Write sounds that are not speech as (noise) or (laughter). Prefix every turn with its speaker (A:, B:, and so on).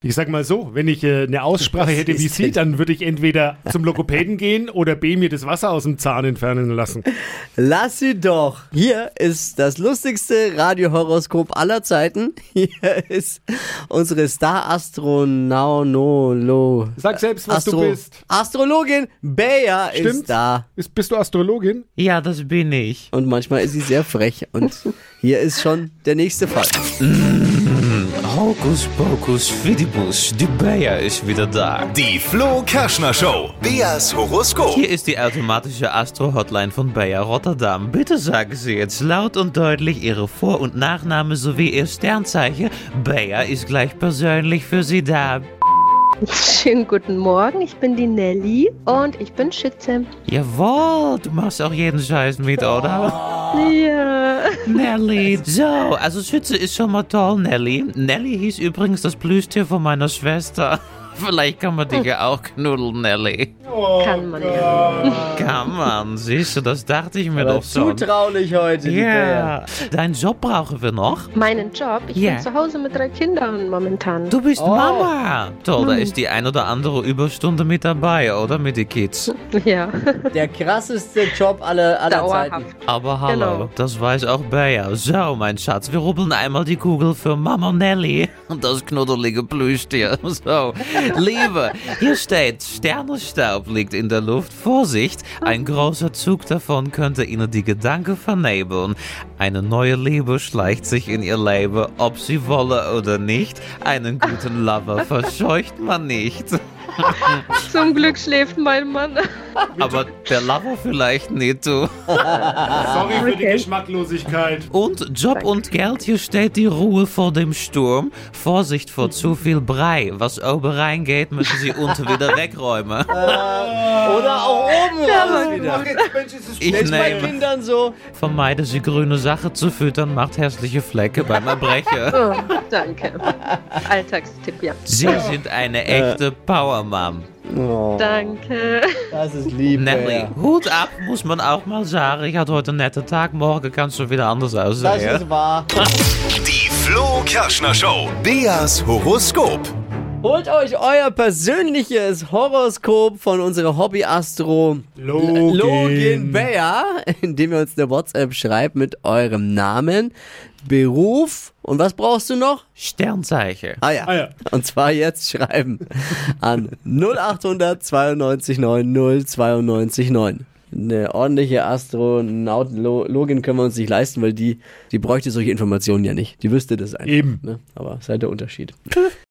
A: Ich sag mal so, wenn ich äh, eine Aussprache
B: Was
A: hätte wie
B: ist
A: sie,
B: denn?
A: dann würde ich entweder zum Logopäden gehen oder B mir das Wasser aus dem Zahn entfernen lassen.
B: Lass sie doch. Hier ist das lustigste Radiohoroskop aller Zeiten. (laughs) Hier ist unsere Star-Astronaunologin.
A: Sag selbst, was du bist.
B: Astrologin Bea ist
A: Stimmt's?
B: da.
A: Ist, bist du Astrologin?
C: Ja, das bin ich.
B: Und manchmal ist sie sehr frech. Und hier ist schon der nächste Fall.
C: Hokus Pokus Fidibus, die Bayer ist wieder da.
D: Die Flo Kerschner Show. Beas Horoskop.
C: Hier ist die automatische Astro-Hotline von Bayer Rotterdam. Bitte sagen Sie jetzt laut und deutlich Ihre Vor- und Nachname sowie Ihr Sternzeichen. Bayer ist gleich persönlich für Sie da.
E: Schönen guten Morgen, ich bin die Nelly und ich bin Schütze.
C: Jawohl, du machst auch jeden Scheiß mit, oder?
E: Ja.
C: (laughs) Nelly. So, also Schütze ist schon mal toll, Nelly. Nelly hieß übrigens das Plüschtier von meiner Schwester. (laughs) Vielleicht kann man dich ja auch knuddeln, Nelly.
E: Kann man ja.
C: Kann man, siehst du, das dachte ich mir doch schon.
B: Zutraulich heute, die Bea.
C: Ja, deinen Job brauchen wir noch.
E: Meinen Job, ich
C: Ja.
E: bin zu Hause mit drei Kindern momentan.
C: Du bist Mama. Toll, da ist die ein oder andere Überstunde mit dabei, oder? Mit den Kids.
E: Ja,
B: Der krasseste Job aller, aller Zeiten.
E: dauerhaft.
C: Aber hallo,
E: Genau.
C: das weiß auch Bayer. So, mein Schatz, wir rubbeln einmal die Kugel für Mama Nelly (laughs) und das knuddelige Plüschtier. (laughs) So, Liebe, hier steht, Sternenstaub liegt in der Luft. Vorsicht, ein großer Zug davon könnte Ihnen die Gedanken vernebeln. Eine neue Liebe schleicht sich in Ihr Leben, ob Sie wolle oder nicht. Einen guten Lover verscheucht man nicht.
E: Zum Glück schläft mein Mann.
C: Aber der Lover vielleicht nicht, du.
A: Sorry für die Geschmacklosigkeit.
C: Und Job und Geld, hier steht die Ruhe vor dem Sturm. Vorsicht vor zu viel Brei. Was oben reingeht, müssen Sie unten
B: (laughs)
C: wieder wegräumen.
B: Oder auch oben raus wieder.
C: Ich
B: Wenn bei
C: nehme,
B: Kindern so.
C: vermeide Sie grüne Sachen zu füttern, macht hässliche Flecke
B: (laughs)
C: beim Erbrechen.
E: Oh, danke. Alltagstipp, ja.
C: Sie sind eine echte Powermom.
E: Danke.
B: Das ist lieb,
C: Nelly,
B: Bea.
C: Hut ab, muss man auch mal sagen. Ich hatte heute einen netten Tag, morgen kannst du wieder anders
B: Das
C: aussehen.
B: ist wahr.
D: Die Flo Kerschner Show. Beas Horoskop.
B: Holt euch euer persönliches Horoskop von unserer Hobby-Astro
A: Login.
B: Login Bayer, indem ihr uns eine WhatsApp schreibt mit eurem Namen, Beruf und was brauchst du noch?
C: Sternzeichen.
B: Ah ja.
A: Ah ja.
B: Und zwar jetzt schreiben an 0800 92 90 92 9. Eine ordentliche Astronautlogin können wir uns nicht leisten, weil die, die bräuchte solche Informationen ja nicht. Die wüsste das einfach.
A: Eben.
B: Ne? Aber seid der Unterschied.